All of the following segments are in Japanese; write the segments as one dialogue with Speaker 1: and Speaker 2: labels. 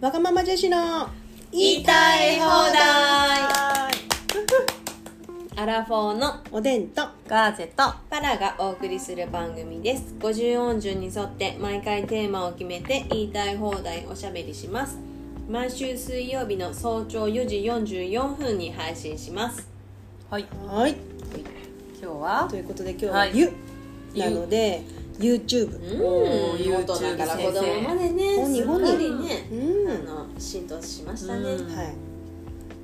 Speaker 1: わがまま女子の
Speaker 2: 言いたい放題アラフォーの
Speaker 1: おでんと
Speaker 2: ガーゼとパラがお送りする番組です50音順に沿って毎回テーマを決めて言いたい放題おしゃべりします毎週水曜日の早朝4時44分に配信します
Speaker 3: はい、
Speaker 1: はい
Speaker 3: 今日は
Speaker 1: ということで今日は
Speaker 3: はい
Speaker 1: ゆ「
Speaker 3: ゆ
Speaker 1: なので YouTube
Speaker 2: うん
Speaker 3: お
Speaker 2: 大
Speaker 3: ー
Speaker 2: 人から子
Speaker 3: YouTube
Speaker 2: 供までね
Speaker 1: 先生
Speaker 2: すっかりね
Speaker 1: う、
Speaker 2: あ
Speaker 1: んは
Speaker 2: の浸透しましたね、
Speaker 3: うん
Speaker 1: い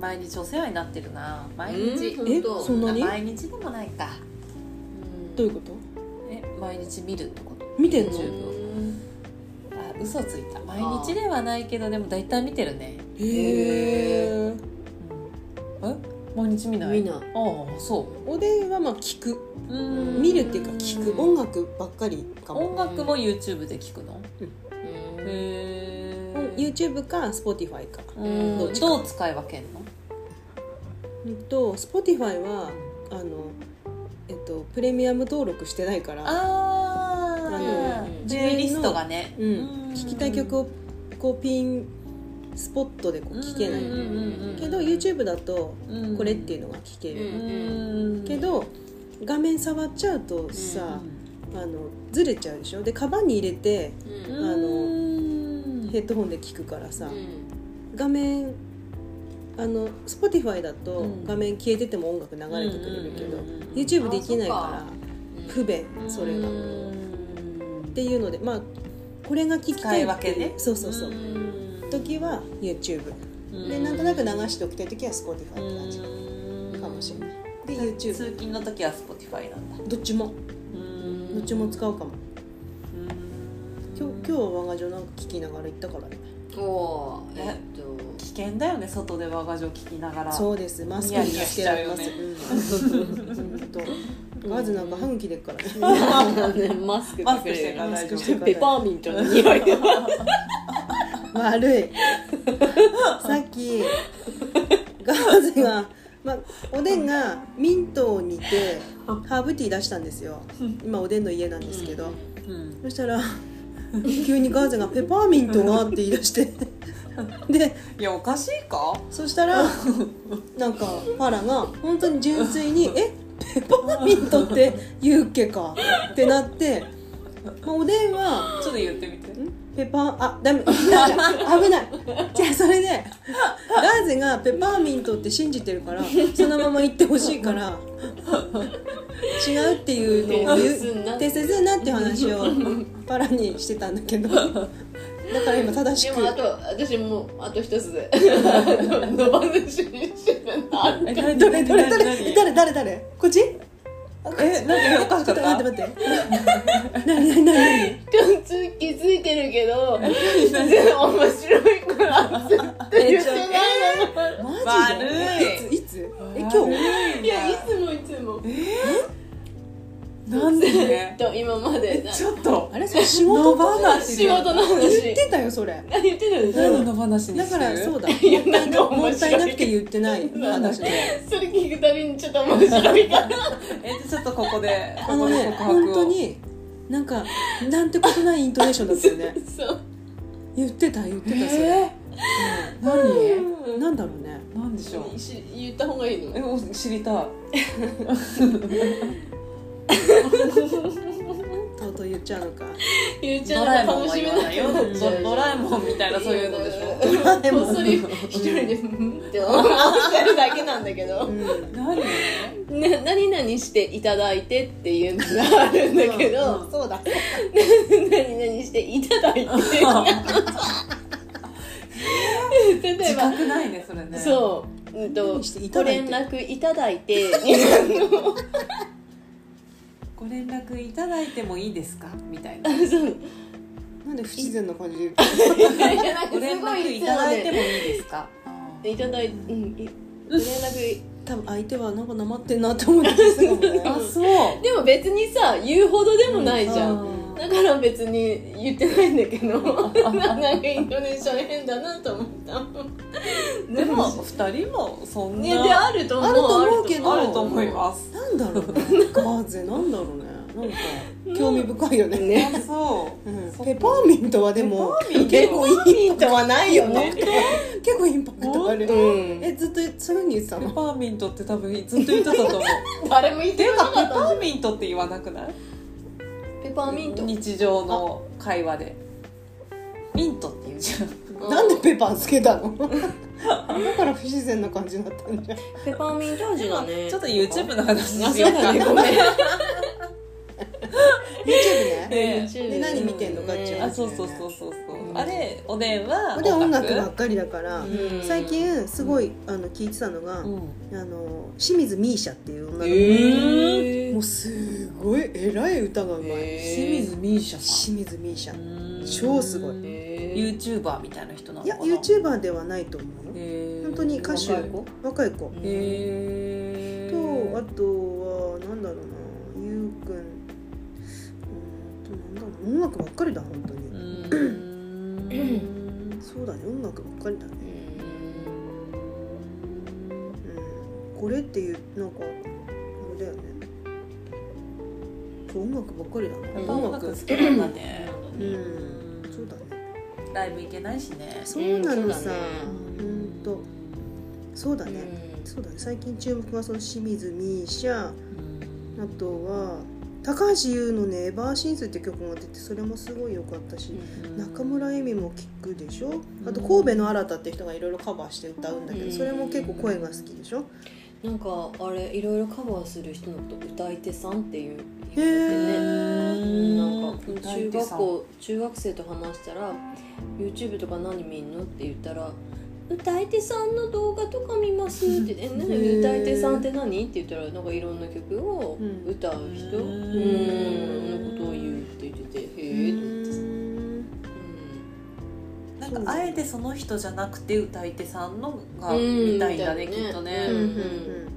Speaker 3: 毎日お世話になってるな毎
Speaker 2: う
Speaker 3: 日、
Speaker 2: ん
Speaker 1: え
Speaker 2: 本当
Speaker 1: そんなに
Speaker 3: 毎日でもないか
Speaker 1: どういう
Speaker 2: こ
Speaker 1: こと
Speaker 3: え毎日見るってこと
Speaker 1: 見てんの
Speaker 2: と
Speaker 3: YouTube あ嘘ついた毎日ではないけどでも大体見てるね、
Speaker 1: へえ
Speaker 3: うん、え毎日見ない
Speaker 2: みんな
Speaker 3: ああそ
Speaker 1: おでんはまあ聞く
Speaker 3: ううん
Speaker 1: 見るっていうか聞く音楽ばっかりかも
Speaker 3: 音楽も YouTube で聞くの
Speaker 2: うん
Speaker 3: へ
Speaker 1: うん
Speaker 3: え
Speaker 1: YouTube か Spotify か
Speaker 3: うん
Speaker 1: どっ
Speaker 3: どう
Speaker 1: ちか
Speaker 3: 使い分けんの
Speaker 1: うんと Spotify はあのえっとプレミアム登録してないから
Speaker 3: あー
Speaker 1: あ
Speaker 2: の
Speaker 3: プレイリストがね、
Speaker 1: うん聴きたい曲をこうピンスポットでこう聴けない
Speaker 3: うんうんうんうん
Speaker 1: けど YouTube だと
Speaker 3: うん
Speaker 1: これっていうのが聴け
Speaker 2: う
Speaker 1: る
Speaker 2: ん
Speaker 3: うん
Speaker 1: けど画面触っちゃうとさあのずれちゃうでしょでカバンに入れて
Speaker 2: うんう
Speaker 3: うん
Speaker 2: ん
Speaker 1: あの
Speaker 3: うん
Speaker 1: ヘッドホンで聴くからさ画面あの Spotify だと
Speaker 3: うん
Speaker 1: 画面消えてても音楽流れてくれるけど
Speaker 3: うんうんうんうん
Speaker 1: YouTube できない
Speaker 2: あ
Speaker 1: か
Speaker 2: うん
Speaker 1: ら不便それが。
Speaker 3: うん
Speaker 1: っていうのでまあこれが聞きたいっていう
Speaker 3: 使い分けね
Speaker 1: そうそうそう、
Speaker 3: うん
Speaker 1: 時は YouTube
Speaker 3: うん
Speaker 1: でなんとなく流しておきたい時は Spotify って感じ
Speaker 3: うん
Speaker 1: かもしれないで YouTube
Speaker 3: 通勤の時は Spotify なんだ
Speaker 1: どっちも
Speaker 3: うん
Speaker 1: どっちも使うかも
Speaker 3: うん
Speaker 1: 今日今日は我が女なんか聞きながら行ったからね
Speaker 2: おーえっと
Speaker 3: 危険だよね外で我が女聞きながら
Speaker 1: そうですマスクに助けられます
Speaker 3: ニヤ
Speaker 1: うんほんとガーズなんか歯茎でっからね
Speaker 2: マスク
Speaker 3: マスクしてから
Speaker 1: マス
Speaker 3: 大
Speaker 1: ク
Speaker 3: 丈
Speaker 1: してか
Speaker 3: 夫
Speaker 1: ら
Speaker 2: ペパーミントの匂いが
Speaker 1: 悪いさっきガーズが、まあ、おでんがミントを煮てハーブティー出したんですよ今おでんの家なんですけど、
Speaker 3: うん
Speaker 1: そしたら急にガーゼが「ペパーミントが」って言い出してで
Speaker 3: いやおかしいか
Speaker 1: そしたらなんかパラが本当に純粋に「えペパーミントってユうけか」ってなって、まあ、おでんは
Speaker 3: ちょっと言ってみて
Speaker 1: ペパーあダメ危ないじゃあそれでガーゼがペパーミントって信じてるからそのまま行ってほしいから違うっていうのを
Speaker 2: 訂正すんな
Speaker 1: 訂正すんなっていう話をパラにしてたんだけどだから今正し
Speaker 2: で
Speaker 1: く
Speaker 2: もあと私もうあと一つで野放しにしてるな
Speaker 3: え
Speaker 1: どれどれどれ誰誰誰こっち
Speaker 3: えなんかおかし
Speaker 1: ち
Speaker 3: か
Speaker 1: ょ
Speaker 3: っ
Speaker 1: っと
Speaker 3: た
Speaker 1: 待って待って何何何
Speaker 2: 共通気づいてるけど全然面白いから絶対言ってない
Speaker 1: マジで
Speaker 3: 悪
Speaker 1: いついつえ今日
Speaker 2: のいやいつもいつも
Speaker 3: なんでね
Speaker 2: と今までな
Speaker 3: ちょっと
Speaker 1: あれそれ仕事
Speaker 3: 野放し
Speaker 2: 仕事の
Speaker 1: 言
Speaker 2: 話
Speaker 1: ってたよそれ
Speaker 2: あ言ってたでしょ
Speaker 3: 何の話に
Speaker 1: だ
Speaker 3: して
Speaker 1: か
Speaker 3: る
Speaker 1: らそうだ
Speaker 2: いやなんか
Speaker 1: も
Speaker 2: 面
Speaker 1: ったい
Speaker 2: 白
Speaker 1: ないくて言ってない話で
Speaker 2: それ聞くたびにちょっと面白いから
Speaker 3: えちょっとここで
Speaker 1: あのね
Speaker 3: ここで告白
Speaker 1: 本
Speaker 3: を
Speaker 1: 当になんかなんてことないイントネーションだったよ ね
Speaker 2: そう
Speaker 1: 言ってた言ってたそれ、
Speaker 3: えー、何
Speaker 2: うん
Speaker 1: なんだろうね
Speaker 3: 何でしょう
Speaker 2: し言った方がいいの
Speaker 3: えお知りたい
Speaker 1: とうとう言っちゃうのか
Speaker 2: 言っち
Speaker 3: ド
Speaker 2: ゃ
Speaker 3: ラえ
Speaker 2: う
Speaker 3: もん
Speaker 2: の
Speaker 3: は
Speaker 2: 楽しみ
Speaker 3: 言わないよドドラえもんみたいなそういうのでしょ
Speaker 1: ドラえもん
Speaker 2: こっそり一人でうんって 思ってるだけなんだけ
Speaker 1: う
Speaker 2: ど、
Speaker 1: ん
Speaker 3: 何
Speaker 2: ね、何々していただいてっていうのがあるんだけど、
Speaker 1: うんそうだ
Speaker 2: 何々していただ いて例え
Speaker 3: 自
Speaker 2: ば、
Speaker 3: 覚ないねそれねう
Speaker 2: そう、うんと
Speaker 1: 何してい
Speaker 2: ご
Speaker 1: ただいて
Speaker 2: 連絡いただいて
Speaker 3: ご連絡いただいてもいい ですかみたいな
Speaker 2: そう
Speaker 1: なんで不自然な感じで言って
Speaker 2: いやいやなんか
Speaker 3: ご連
Speaker 2: すご
Speaker 3: 絡
Speaker 2: い
Speaker 3: いただいて
Speaker 2: も
Speaker 3: もいいですか
Speaker 2: いただいうんいご連絡
Speaker 1: 多分相手はなんかなまってんなって思ってたかもね
Speaker 3: あそう
Speaker 2: でも別にさ言うほどでもないじゃん、
Speaker 3: うん
Speaker 2: だから別に言ってないんだけどなんかインドネシア変だなと思った
Speaker 3: でも二人もそんな
Speaker 2: ねであると思う
Speaker 1: あると思うけど
Speaker 3: あると思います
Speaker 1: なんだろうねガーゼなんだろうねなんか興味深いよね,、
Speaker 3: あそ
Speaker 1: うん
Speaker 3: そっか
Speaker 1: ペパーミントはでも
Speaker 3: ペパーミント
Speaker 1: 結構インパクトはないよ
Speaker 3: う
Speaker 1: ね結構インパクトある、
Speaker 2: うん
Speaker 1: えずっとそういうふうに言ってた
Speaker 3: ペ
Speaker 1: の
Speaker 3: パーミントって多分ずっと言ってたと思う
Speaker 2: 誰も言って
Speaker 3: ていう
Speaker 2: な
Speaker 3: かペ
Speaker 2: かった
Speaker 3: パーミントって言わなくない
Speaker 2: ペパーミント
Speaker 3: 日常の会話でミントって言うじゃん
Speaker 1: なんでペパーつけたのだから不自然な感じになったんじゃん
Speaker 2: ペパーミント味だね
Speaker 3: ちょっと YouTube の話
Speaker 2: あ
Speaker 3: し
Speaker 2: そ
Speaker 3: よ
Speaker 2: う
Speaker 3: うか
Speaker 2: だね
Speaker 3: ね
Speaker 2: ごめん
Speaker 1: YouTube ね
Speaker 3: ね
Speaker 2: YouTube
Speaker 1: で何見てんのかっちゅう
Speaker 3: あそうそうそうそうそ
Speaker 2: う
Speaker 3: う、
Speaker 2: ん
Speaker 3: あれおでんは
Speaker 1: で音楽
Speaker 3: オ
Speaker 1: ば
Speaker 3: タ
Speaker 1: っかりだから、
Speaker 2: うん
Speaker 1: 最近すごいあの聞いてたのが、
Speaker 3: ク
Speaker 1: あの清水ミーシャっていう女の子、
Speaker 2: え
Speaker 1: もうすごい偉い歌がうまい、
Speaker 2: へ
Speaker 3: 清水ミーシャさ
Speaker 1: 清水ミーシャ、
Speaker 3: んうん
Speaker 1: 超すごい
Speaker 2: えー
Speaker 3: YouTuber みたいな人なの
Speaker 1: いや
Speaker 3: かな
Speaker 1: YouTuber ではないと思うよ
Speaker 3: へー
Speaker 1: 本当に歌手
Speaker 3: 若い子
Speaker 1: 若い子
Speaker 2: うん
Speaker 3: へ
Speaker 1: とあ
Speaker 3: ー
Speaker 1: とはなんだろうなゆうくんうーんとなんだろう音楽ばっかりだ本当に、
Speaker 3: うん
Speaker 1: そうだね音楽ばっかりだね、うん、これっていうなんかあれだよねそう音楽ばっかりだ
Speaker 3: や
Speaker 1: ね
Speaker 3: っぱ音楽好きなんだね
Speaker 1: うんそうだね
Speaker 3: ライブ行けないしね
Speaker 1: そうなのさ、
Speaker 3: う
Speaker 1: う
Speaker 3: ん
Speaker 1: んとそうだね、そうだね最近注目がその清水ミーシャあとは高橋優のね「エバーシンズ」って曲が出てそれもすごい良かったし、中村恵美も聴くでしょあと神戸の新たって人がいろいろカバーして歌うんだけど、
Speaker 2: うん
Speaker 1: それも結構声が好きでしょ、
Speaker 2: なんかあれいろいろカバーする人のこと歌い手さんってい
Speaker 1: へ
Speaker 2: う
Speaker 1: え
Speaker 2: うんなんか
Speaker 3: 歌
Speaker 2: 中
Speaker 3: い手
Speaker 2: 学
Speaker 3: さん
Speaker 2: 校中学生と話したら YouTube とか何見んのって言ったら歌い手さんの動画とか見ますって「え何
Speaker 1: へー
Speaker 2: 歌い手さんって何?」って言ったらなんかいろんな曲を歌う人
Speaker 3: うん
Speaker 2: うんのことを言うって言っててへえと思ってさ
Speaker 3: なんかあえてその人じゃなくて歌い手さんのが
Speaker 2: うん
Speaker 3: 見たいんだね
Speaker 2: うん
Speaker 3: きっとね、
Speaker 2: うん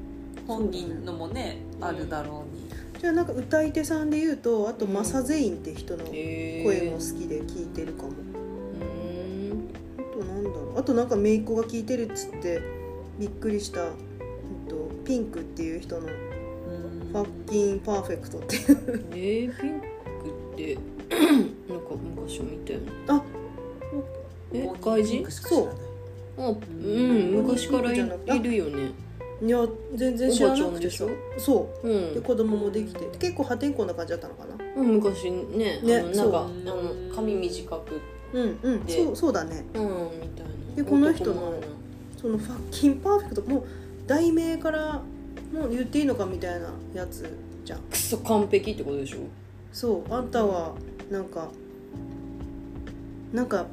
Speaker 3: 本人のもね
Speaker 2: うん
Speaker 3: あるだろうに、
Speaker 1: じゃあなんか歌い手さんで言うとあと
Speaker 2: うん
Speaker 1: マサゼインって人の声
Speaker 2: へえ
Speaker 1: も好きで聴いてるかも、
Speaker 2: うん
Speaker 1: あとなんだろうあとなんか姪っ子が聴いてるっつってびっくりした、えっと、ピンクっていう人の「
Speaker 3: うん
Speaker 1: ファッキンパーフェクト」っていう
Speaker 2: えー、ピンクって なんか昔見たよね
Speaker 1: あ
Speaker 2: え外人
Speaker 1: そう
Speaker 2: あうん昔からいいるよね
Speaker 1: いや全然知らなくてさ
Speaker 2: おばち
Speaker 1: そううで
Speaker 2: ん、
Speaker 1: 子供もできて結構破天荒な感じだったのかな
Speaker 2: うん、昔ね
Speaker 1: ね
Speaker 2: あのなんかあ
Speaker 3: そう
Speaker 2: の髪短く
Speaker 1: うんうん
Speaker 2: で
Speaker 1: そうそうだね
Speaker 2: うんみたいな
Speaker 1: でこの人の
Speaker 2: 男前
Speaker 1: そのファッキンパーフェクトもう題名からもう言っていいのかみたいなやつじゃん
Speaker 2: くそ完璧ってことでしょ
Speaker 1: そうあんたはなんかなんか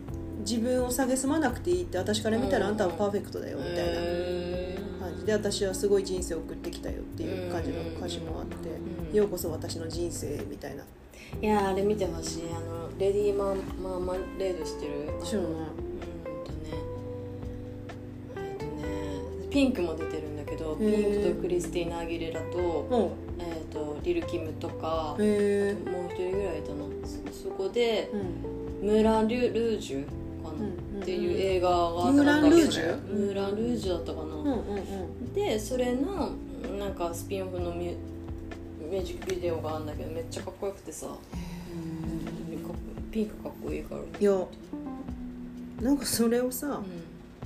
Speaker 1: 自分を蔑まなくていいって私から見たらあんたはパーフェクトだよみたいな
Speaker 2: へー
Speaker 1: 感じで私はすごい人生を送ってきたよっていう感じの歌詞もあって「
Speaker 2: うん
Speaker 1: ようこそ私の人生」みたいない
Speaker 2: やーあれ見てほしいあのレディーマンマーマレードしてる
Speaker 1: 知らない
Speaker 2: うんとねえっとねピンクも出てるんだけど
Speaker 1: へ
Speaker 2: ピ
Speaker 1: ー
Speaker 2: ンクとクリスティーナ・アギレラと,、
Speaker 1: も
Speaker 2: えー、とリル・キムとか
Speaker 1: うへえ
Speaker 2: もう一人ぐらいいたなそそこで
Speaker 1: うん
Speaker 2: 「ムーラン・ルルージュ」かな、
Speaker 1: うん
Speaker 2: っていう映画があった
Speaker 1: ムーランルージ
Speaker 2: ュ
Speaker 1: ュ
Speaker 2: ムーラン・ルージュだったかな、
Speaker 1: うんうんうん
Speaker 2: でそれのなんかスピンオフのミュミュージックビデオがあるんだけどめっちゃかっこよくてさピンクかっこいいから、う
Speaker 1: いやなんかそれをさ、
Speaker 2: ん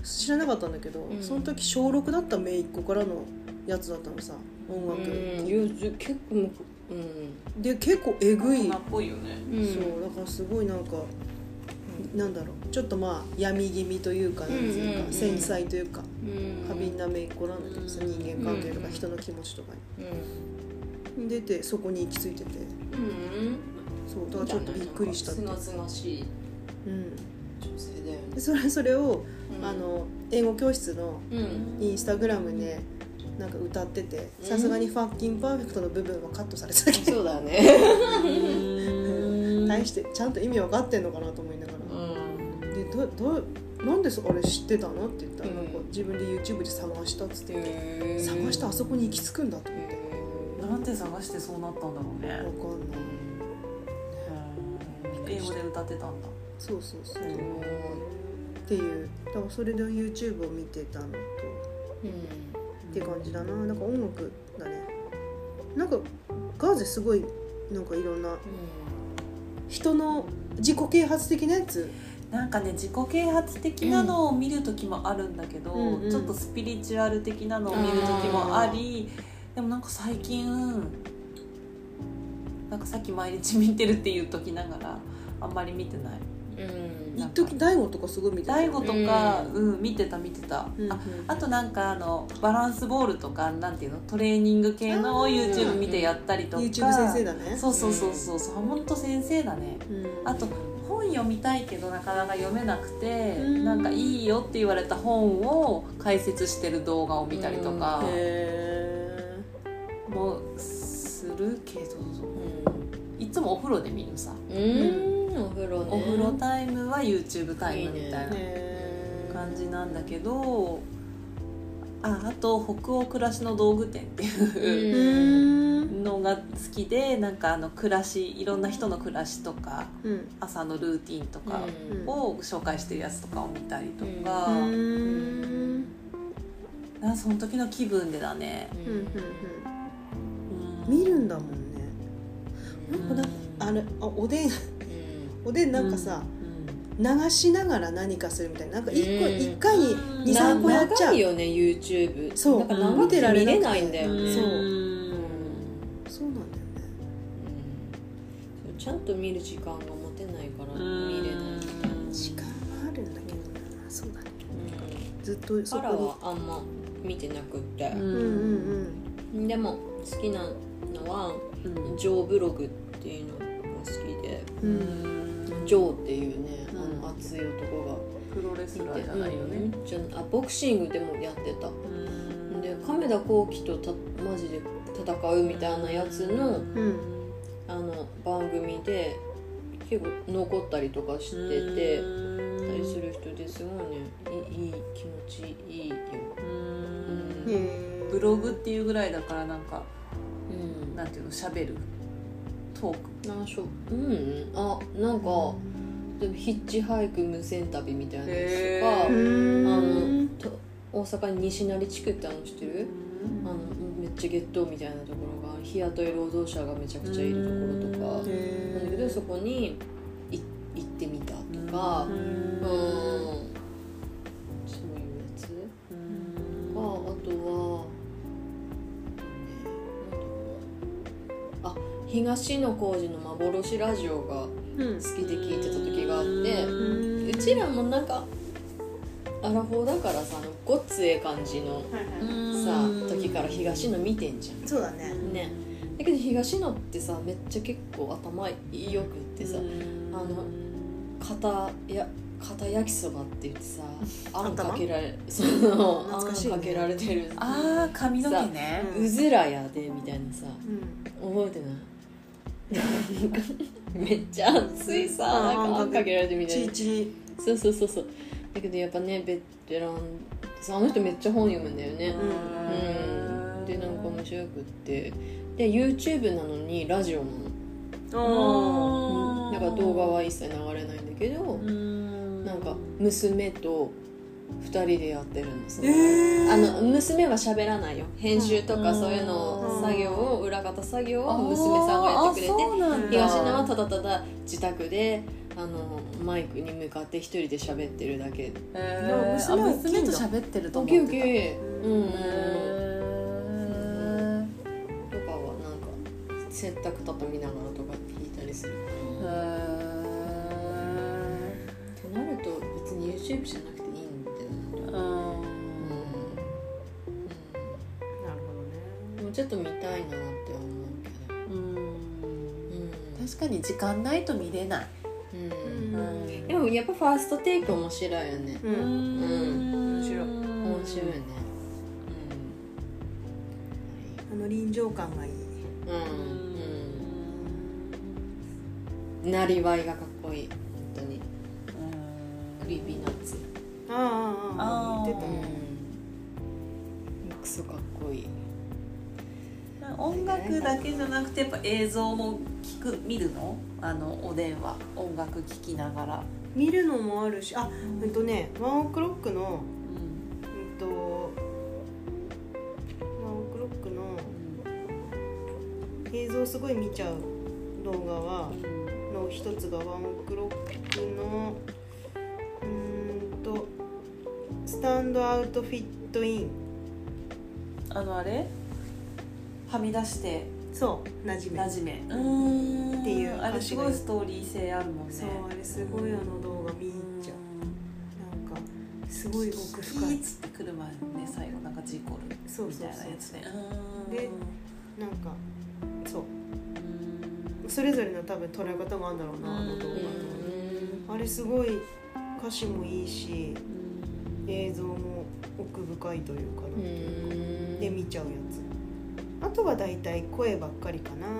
Speaker 1: 知らなかったんだけど、
Speaker 2: うん
Speaker 1: その時小6だった姪っ子からのやつだったのさ音楽、
Speaker 2: うん、いやず結構むくう
Speaker 1: で結構えぐい、
Speaker 3: 大人っぽいよね
Speaker 2: ん、うん、
Speaker 1: そうだからすごいなんか、なんだろうちょっとまあ闇気味というかなんつうか、
Speaker 2: うんうんうん
Speaker 1: 繊細というか
Speaker 2: うん、
Speaker 1: 過敏な姪っ子なんだけどさ、
Speaker 2: うん
Speaker 1: 人間関係と
Speaker 2: う
Speaker 1: か
Speaker 2: ん
Speaker 1: 人の気持ちとか
Speaker 2: うん
Speaker 1: に出てそこに行き着いてて
Speaker 2: うん
Speaker 1: そうだからちょっとびっくりしたって
Speaker 2: すがすがしい
Speaker 1: うん、
Speaker 2: 女性だよね
Speaker 1: でそれそれを、
Speaker 2: うん
Speaker 1: あの英語教室の
Speaker 2: うん
Speaker 1: インスタグラムでなんか歌っててさすがに「ファッキンパーフェクト」の部分はカットされてたけど
Speaker 2: そうだね
Speaker 1: 対してちゃんと意味分かってんのかなと思いなが
Speaker 2: う
Speaker 1: ら、
Speaker 2: ん
Speaker 1: でどどなんでそあれ知ってたのって言ったら、
Speaker 2: うん
Speaker 1: なんか自分で YouTube で探したっつって、
Speaker 2: へー
Speaker 1: 探してあそこに行き着くんだと思って
Speaker 2: へー
Speaker 3: なんで探してそうなったんだろう
Speaker 1: 分
Speaker 3: ね
Speaker 1: かんない
Speaker 3: 英語で歌ってたんだ
Speaker 1: そうそうそう、
Speaker 3: う
Speaker 1: っ
Speaker 3: ん
Speaker 1: ていうだからそれで YouTube を見てたのと
Speaker 2: うん
Speaker 1: って感じだななんか音楽だねなんかガーゼすごいなんかいろんな
Speaker 3: う
Speaker 1: 人の自己啓発的なやつ
Speaker 3: んなんかね自己啓発的なのを見る時もあるんだけど、
Speaker 1: うんうん
Speaker 3: ちょっとスピリチュアル的なのを見る時もありでもなんか最近なんかさっき毎日見てるって言っときながらあんまり見てない
Speaker 2: うん
Speaker 1: 一時大悟とかすごい見てた
Speaker 3: 大
Speaker 1: よ
Speaker 3: 悟
Speaker 1: ね
Speaker 3: とか、うん見てた見てた、
Speaker 1: うんうん
Speaker 3: ああとなんかあのバランスボールとかなんていうのトレーニング系のを YouTube 見てやったりとか
Speaker 1: YouTube 先生だね
Speaker 3: そうそうそうそうそう本当先生だね
Speaker 1: うん
Speaker 3: あと本読みたいけどなかなか読めなくて、
Speaker 1: うん
Speaker 3: なんかいいよって言われた本を解説してる動画を見たりとか
Speaker 1: へ
Speaker 3: もするけど、いつもお風呂で見るさ、
Speaker 2: うん、うん、お風呂ね
Speaker 3: お風呂タイムは YouTube タイムみたい
Speaker 1: ー
Speaker 3: な
Speaker 1: へー
Speaker 3: 感じなんだけどああと北欧暮らしの道具店っていう
Speaker 2: う
Speaker 1: ー
Speaker 2: ん
Speaker 1: ん
Speaker 3: のが好きでなんかあの暮らしいろんな人の暮らしとか
Speaker 1: うん
Speaker 3: 朝のルーティンとか
Speaker 2: うん
Speaker 3: を紹介してるやつとかを見たりと
Speaker 1: う
Speaker 3: か、
Speaker 1: ーん
Speaker 3: なんかその時の気分でだね、
Speaker 1: うんうんう
Speaker 3: う
Speaker 1: ん見るんだもんねなんかだあれあおでんおでんなんかさ、、流しながら何かするみたいななんか一個
Speaker 2: うん
Speaker 1: 一回に
Speaker 3: うん
Speaker 1: 二三個やっちゃ
Speaker 2: 長いうよね YouTube
Speaker 1: そう
Speaker 2: なんか長く
Speaker 1: 見てられ
Speaker 2: 見
Speaker 1: なくて
Speaker 2: れないんだよ
Speaker 1: う
Speaker 2: ね
Speaker 1: んそう
Speaker 3: うん
Speaker 1: そうなんだよね
Speaker 2: うんちゃんと見る時間が持てないから見れない
Speaker 1: 時間はあるんだけどなそうだねずっとそ
Speaker 2: パラは
Speaker 1: こ
Speaker 2: あんま見てなくって
Speaker 3: うん
Speaker 1: にうんうん
Speaker 2: でも好きなのは
Speaker 3: うん
Speaker 2: ジョーブログっていうのが好きで
Speaker 1: う
Speaker 3: うんん
Speaker 2: ジョーっていうねあ
Speaker 3: うん
Speaker 2: の熱い男が
Speaker 3: プロレスラーじゃないよ
Speaker 2: う
Speaker 3: ね、
Speaker 2: んじゃあボクシングでもやってた
Speaker 3: うん
Speaker 2: で亀田光輝とたマジで戦うみたいなやつの
Speaker 1: ん
Speaker 2: あの番組で結構残ったりとかしててたりする人ですごいねいいいい気持ちいいよ、
Speaker 3: うん
Speaker 1: うんへー
Speaker 3: ブログっていうぐらいだからなんか
Speaker 2: うん、
Speaker 3: なんていうの喋るトーク
Speaker 2: なんしょうんあなんかでもヒッチハイク無線旅みたいなや
Speaker 1: う
Speaker 2: つ
Speaker 1: ーん
Speaker 2: あのとかと大阪に西成地区ってあの知ってるあのめっちゃゲットみたいなところが日雇い労働者がめちゃくちゃいるところとかなんだけ
Speaker 1: へ
Speaker 2: ど
Speaker 1: ー
Speaker 2: そこにい行ってみたとか
Speaker 3: う
Speaker 2: うん
Speaker 3: ん
Speaker 2: そういうやつああと
Speaker 3: う
Speaker 2: はあ東野幸治の幻ラジオが
Speaker 1: うん
Speaker 2: 好きで聞いてた時があってうちらもなんかアラフォーだからさあのごっつええ感じの
Speaker 1: はいはい
Speaker 3: ん
Speaker 2: さ時から東野見てんじゃん
Speaker 1: そうだね
Speaker 2: ねだけど東野ってさめっちゃ結構頭良くってさあの片や片焼きそばって言って さあん
Speaker 1: 頭
Speaker 2: かけられそのあん
Speaker 1: 懐かしいね
Speaker 2: かけられてる
Speaker 3: あー髪の毛ね
Speaker 1: さ
Speaker 2: うずらやでみたいなさ
Speaker 1: うん
Speaker 2: 覚えてない めっちゃ熱いさなんかあんかけられてみた
Speaker 1: ち
Speaker 2: いない
Speaker 1: ち
Speaker 2: そうそうそうそうだけどやっぱねベテランさあの人めっちゃ本読むんだよねうんでなんか面白くってで YouTube なのにラジオな
Speaker 1: あ
Speaker 2: の、うん、だから動画は一切流れないんだけど、なんか娘と2人でやってるのそ
Speaker 1: ー
Speaker 2: の、
Speaker 1: えー
Speaker 2: あの娘は喋らないよ編集と
Speaker 3: う
Speaker 2: か
Speaker 3: ん
Speaker 2: そういうのを
Speaker 1: うん
Speaker 2: 作業を裏方作業を娘さんがやってくれて
Speaker 1: だ
Speaker 2: 東野はただただ自宅であのマイクに向かって1人で喋ってるだけ
Speaker 1: へー
Speaker 3: 娘娘と喋ってると
Speaker 2: オッケーオ
Speaker 3: 思っ
Speaker 2: ッ
Speaker 3: て
Speaker 2: ケーうんとかはなんか洗濯畳みながらとか聞いたりするかなとなると別に YouTube じゃなくていいんだよなうん
Speaker 1: なるほどね
Speaker 2: もうちょっと見たいなって思うけどう
Speaker 3: 確かに時間ないと見れない
Speaker 2: ん、
Speaker 1: うん
Speaker 2: うん、でもやっぱファーストテイク面白いよね
Speaker 1: うん
Speaker 3: 面
Speaker 1: 白い
Speaker 2: 面白いね
Speaker 1: あの臨場感がいい
Speaker 2: うんうん、うん、なりわいがかっこいい本当にクリーピーナッツ
Speaker 1: あ
Speaker 3: あ
Speaker 1: 言
Speaker 3: ー
Speaker 1: って
Speaker 2: う
Speaker 1: た
Speaker 2: ん
Speaker 1: ね
Speaker 2: クソかっこいい
Speaker 3: 音楽だけじゃなくてやっぱ映像も聞く見るのあのおでんは音楽聴きながら、
Speaker 1: 見るのもあるしあえっとねワンオクロックのえっとワンオクロックの映像すごい見ちゃう動画はの一つがワンオクロックのうーんとスタンドアウトフィットイン
Speaker 3: あのあれはみ出して
Speaker 1: そうなじめ
Speaker 3: なじめうん
Speaker 1: っていう
Speaker 3: あれすごいストーリー性あるもんね
Speaker 1: そうあれすごいあの動画見入っちゃうなんかすごい奥
Speaker 3: キ
Speaker 1: 深
Speaker 3: ー
Speaker 1: い
Speaker 3: ッつって車ね最後なんか事故る
Speaker 1: そう
Speaker 3: み
Speaker 1: そ
Speaker 3: た
Speaker 1: う
Speaker 3: いなやつ
Speaker 1: そ
Speaker 3: ね
Speaker 1: うでうなんかそう
Speaker 3: うん
Speaker 1: それぞれの多分捉え方もあるんだろうなあの動画のあれすごい歌詞もいいし映像も奥深いというかな、
Speaker 2: ん
Speaker 1: で見ちゃうやつあとはだいたい声ばっかりかな
Speaker 3: うん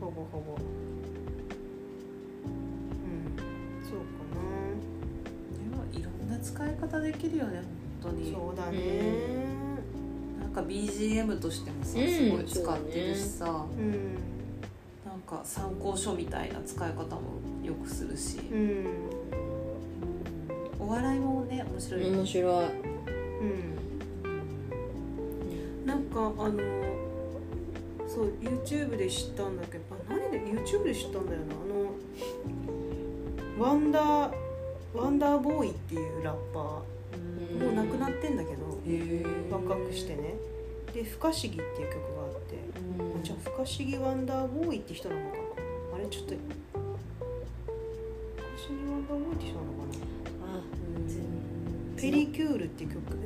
Speaker 1: ほぼほぼうんそうか
Speaker 3: でもいろんな使い方できるよね本当
Speaker 1: な
Speaker 3: に
Speaker 1: そうだね
Speaker 3: なんか BGM としてもさ
Speaker 2: うん
Speaker 3: すごい使ってるしさ、
Speaker 1: うん
Speaker 3: なんか参考書みたいな使い方もよくするし、
Speaker 1: うんうん、
Speaker 3: お笑いもね面白いよね
Speaker 2: 面白い
Speaker 1: なんかあのそう YouTube で知ったんだけどあ何で YouTube で知ったんだよなあのワンダーワンダーボーイっていうラッパーも
Speaker 2: う
Speaker 1: う
Speaker 2: ん
Speaker 1: 亡くなってんだけど、
Speaker 3: へえ
Speaker 1: 若くしてねで「不可思議」っていう曲があってあじゃあ不可思議ワンダーボーイって人なのかなあれちょっと不可思議ワンダーボーイって人なのかな
Speaker 2: あ
Speaker 1: ペリキュールっていう曲ね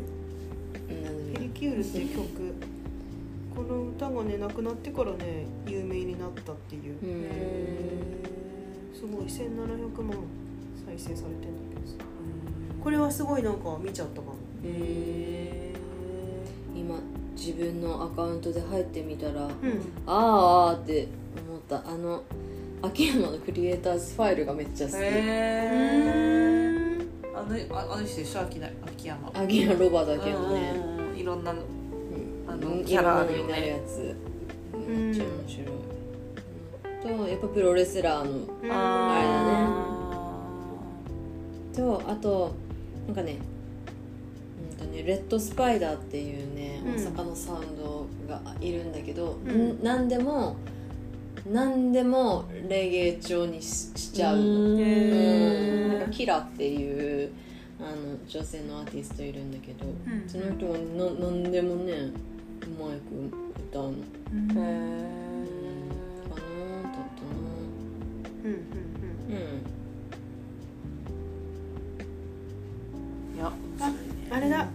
Speaker 1: ペリキュールっていう曲この歌がね亡くなってからね有名になったっていう
Speaker 2: う、ん
Speaker 1: すごい1700万再生されてんだけどさこれはすごいなんか見ちゃったかも
Speaker 2: 今自分のアカウントで入ってみたら
Speaker 1: うん
Speaker 2: あーあーって思ったあの秋山のクリエイターズファイルがめっちゃ好き、
Speaker 3: へえあのああの人でしょ秋な秋山
Speaker 2: 秋山ロバだけどね、
Speaker 3: うんいろんなの
Speaker 2: うん
Speaker 3: あの
Speaker 2: うん
Speaker 3: キャラある
Speaker 2: いろ
Speaker 3: よ
Speaker 2: んなのにな
Speaker 3: ね
Speaker 2: るやつめっちゃ面白い、うんとやっぱプロレスラーのあれだねとあとなんかねうんとねレッドスパイダーっていうね
Speaker 1: うん
Speaker 2: 大阪のサウンドがいるんだけど、
Speaker 1: うん
Speaker 2: ん、何でも何でもレゲエ調にししちゃうの
Speaker 3: ん
Speaker 2: うんなんか
Speaker 1: へ
Speaker 2: キラっていうあの女性のアーティストいるんだけど、
Speaker 1: うん
Speaker 2: その人がな何でもねうまく歌うのか
Speaker 3: へ
Speaker 1: え
Speaker 2: なだったな
Speaker 1: うんうんうん
Speaker 2: うん
Speaker 3: えいや面白いね
Speaker 1: あれだ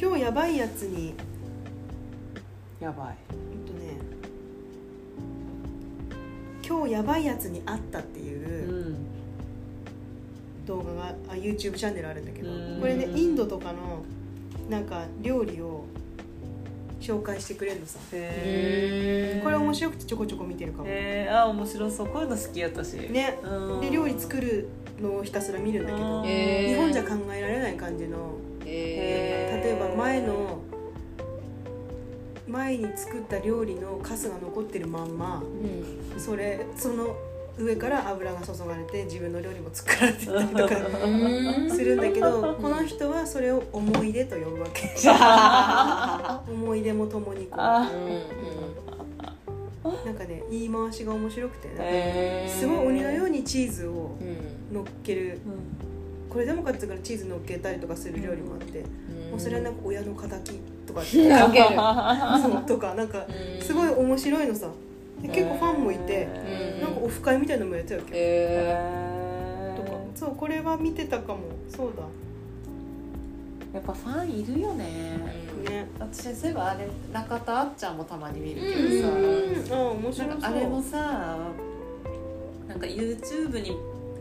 Speaker 1: 今日やばいやつに
Speaker 3: やばい
Speaker 1: えっとね今日やばいやつに会ったっていう動画があ YouTube チャンネルあるんだけど
Speaker 3: うん
Speaker 1: これねインドとかのなんか料理を紹介してくれるのさ
Speaker 3: へ
Speaker 1: これ面白くてちょこちょこ見てるかもね
Speaker 3: えあ面白そうこういうの好き私うん
Speaker 1: で料理作るのをひたすら見るんだけど
Speaker 3: うん
Speaker 1: 日本じゃ
Speaker 2: へ
Speaker 1: 考えられない感じの
Speaker 2: え
Speaker 3: へー
Speaker 1: 例えば前の前に作った料理のカスが残ってるまんま
Speaker 2: うん
Speaker 1: それその上から油が注がれて自分の料理も作られてたり とか
Speaker 2: うん
Speaker 1: するんだけどこの人はそれを思い出と呼ぶわ け思い出もともにこうな
Speaker 2: うん
Speaker 3: あ
Speaker 2: うん
Speaker 1: んかね言い回しが面白くてね
Speaker 3: へえ
Speaker 1: すごい鬼のようにチーズを
Speaker 2: うん
Speaker 1: 乗っける
Speaker 3: うん
Speaker 1: これでもかっつうからチーズ乗っけたりとかする料理もあって
Speaker 2: うん
Speaker 1: もうそれはなんか親の敵とかって
Speaker 2: かける
Speaker 1: そうとかなんか
Speaker 2: うん
Speaker 1: すごい面白いのさで結構ファンもいて
Speaker 2: うん
Speaker 1: なんかオフ会みたいなのもやってたわけ
Speaker 2: へ
Speaker 3: へ
Speaker 1: と
Speaker 3: ー
Speaker 1: かそうこれは見てたかもそうだ
Speaker 3: やっぱファンいるよね
Speaker 2: え
Speaker 1: ね
Speaker 3: 私そういえばあれ中田あっちゃんもたまに見るけ
Speaker 1: う
Speaker 3: どさ、
Speaker 1: んあ面白
Speaker 3: なん
Speaker 1: そう
Speaker 3: かあれもさなんか YouTube に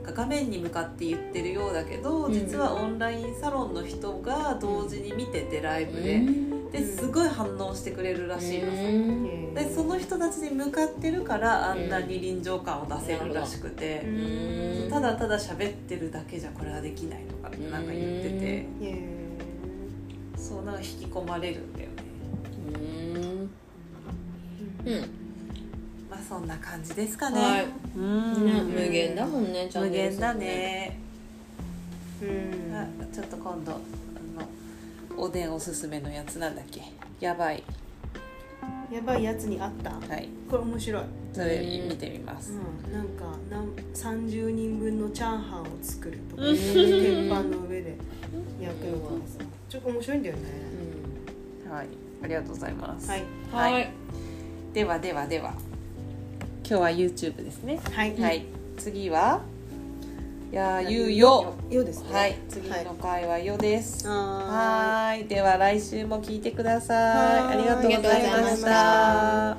Speaker 3: なんか画面に向かって言ってるようだけど、
Speaker 2: うん
Speaker 3: 実はオンラインサロンの人が同時に見ててライブ
Speaker 2: う
Speaker 3: で、
Speaker 2: ん
Speaker 3: ですごい反応してくれるらしいのさ、
Speaker 2: うん
Speaker 1: へー
Speaker 3: でその人たちに向かってるからあんなに臨場感を出せるらしくて、
Speaker 1: うん
Speaker 2: うん
Speaker 3: ただただ喋ってるだけじゃこれはできないとかってなんか言ってて、
Speaker 1: へー
Speaker 3: そうなんか引き込まれるんだよね
Speaker 2: うんうん
Speaker 3: まあそんな感じですかね、
Speaker 2: はい
Speaker 3: うん
Speaker 2: ね無限だもんねチャ
Speaker 3: 無
Speaker 2: ンネル
Speaker 3: 限だ
Speaker 2: 数
Speaker 3: ね、
Speaker 1: うん
Speaker 3: あちょっと今度あのおでんおすすめのやつなんだっけやばい
Speaker 1: やばいやつにあった
Speaker 3: はい
Speaker 1: これ面白い、
Speaker 3: それ見てみます、
Speaker 1: うん、なんかなん30人分のチャーハンを作るとか鉄板の上で焼くのがさちょっと面白いんだよね、
Speaker 3: はいありがとうございます、
Speaker 1: はい
Speaker 2: はい、
Speaker 3: はいではではでは今日は YouTube ですね、
Speaker 1: はい
Speaker 3: はい次はやゆよ
Speaker 1: ようですね
Speaker 3: はい次の回はよです
Speaker 1: はーい
Speaker 3: はいでは来週も聞いてください
Speaker 1: はーい
Speaker 3: ありがとうございまし
Speaker 1: ありがとうござい
Speaker 3: た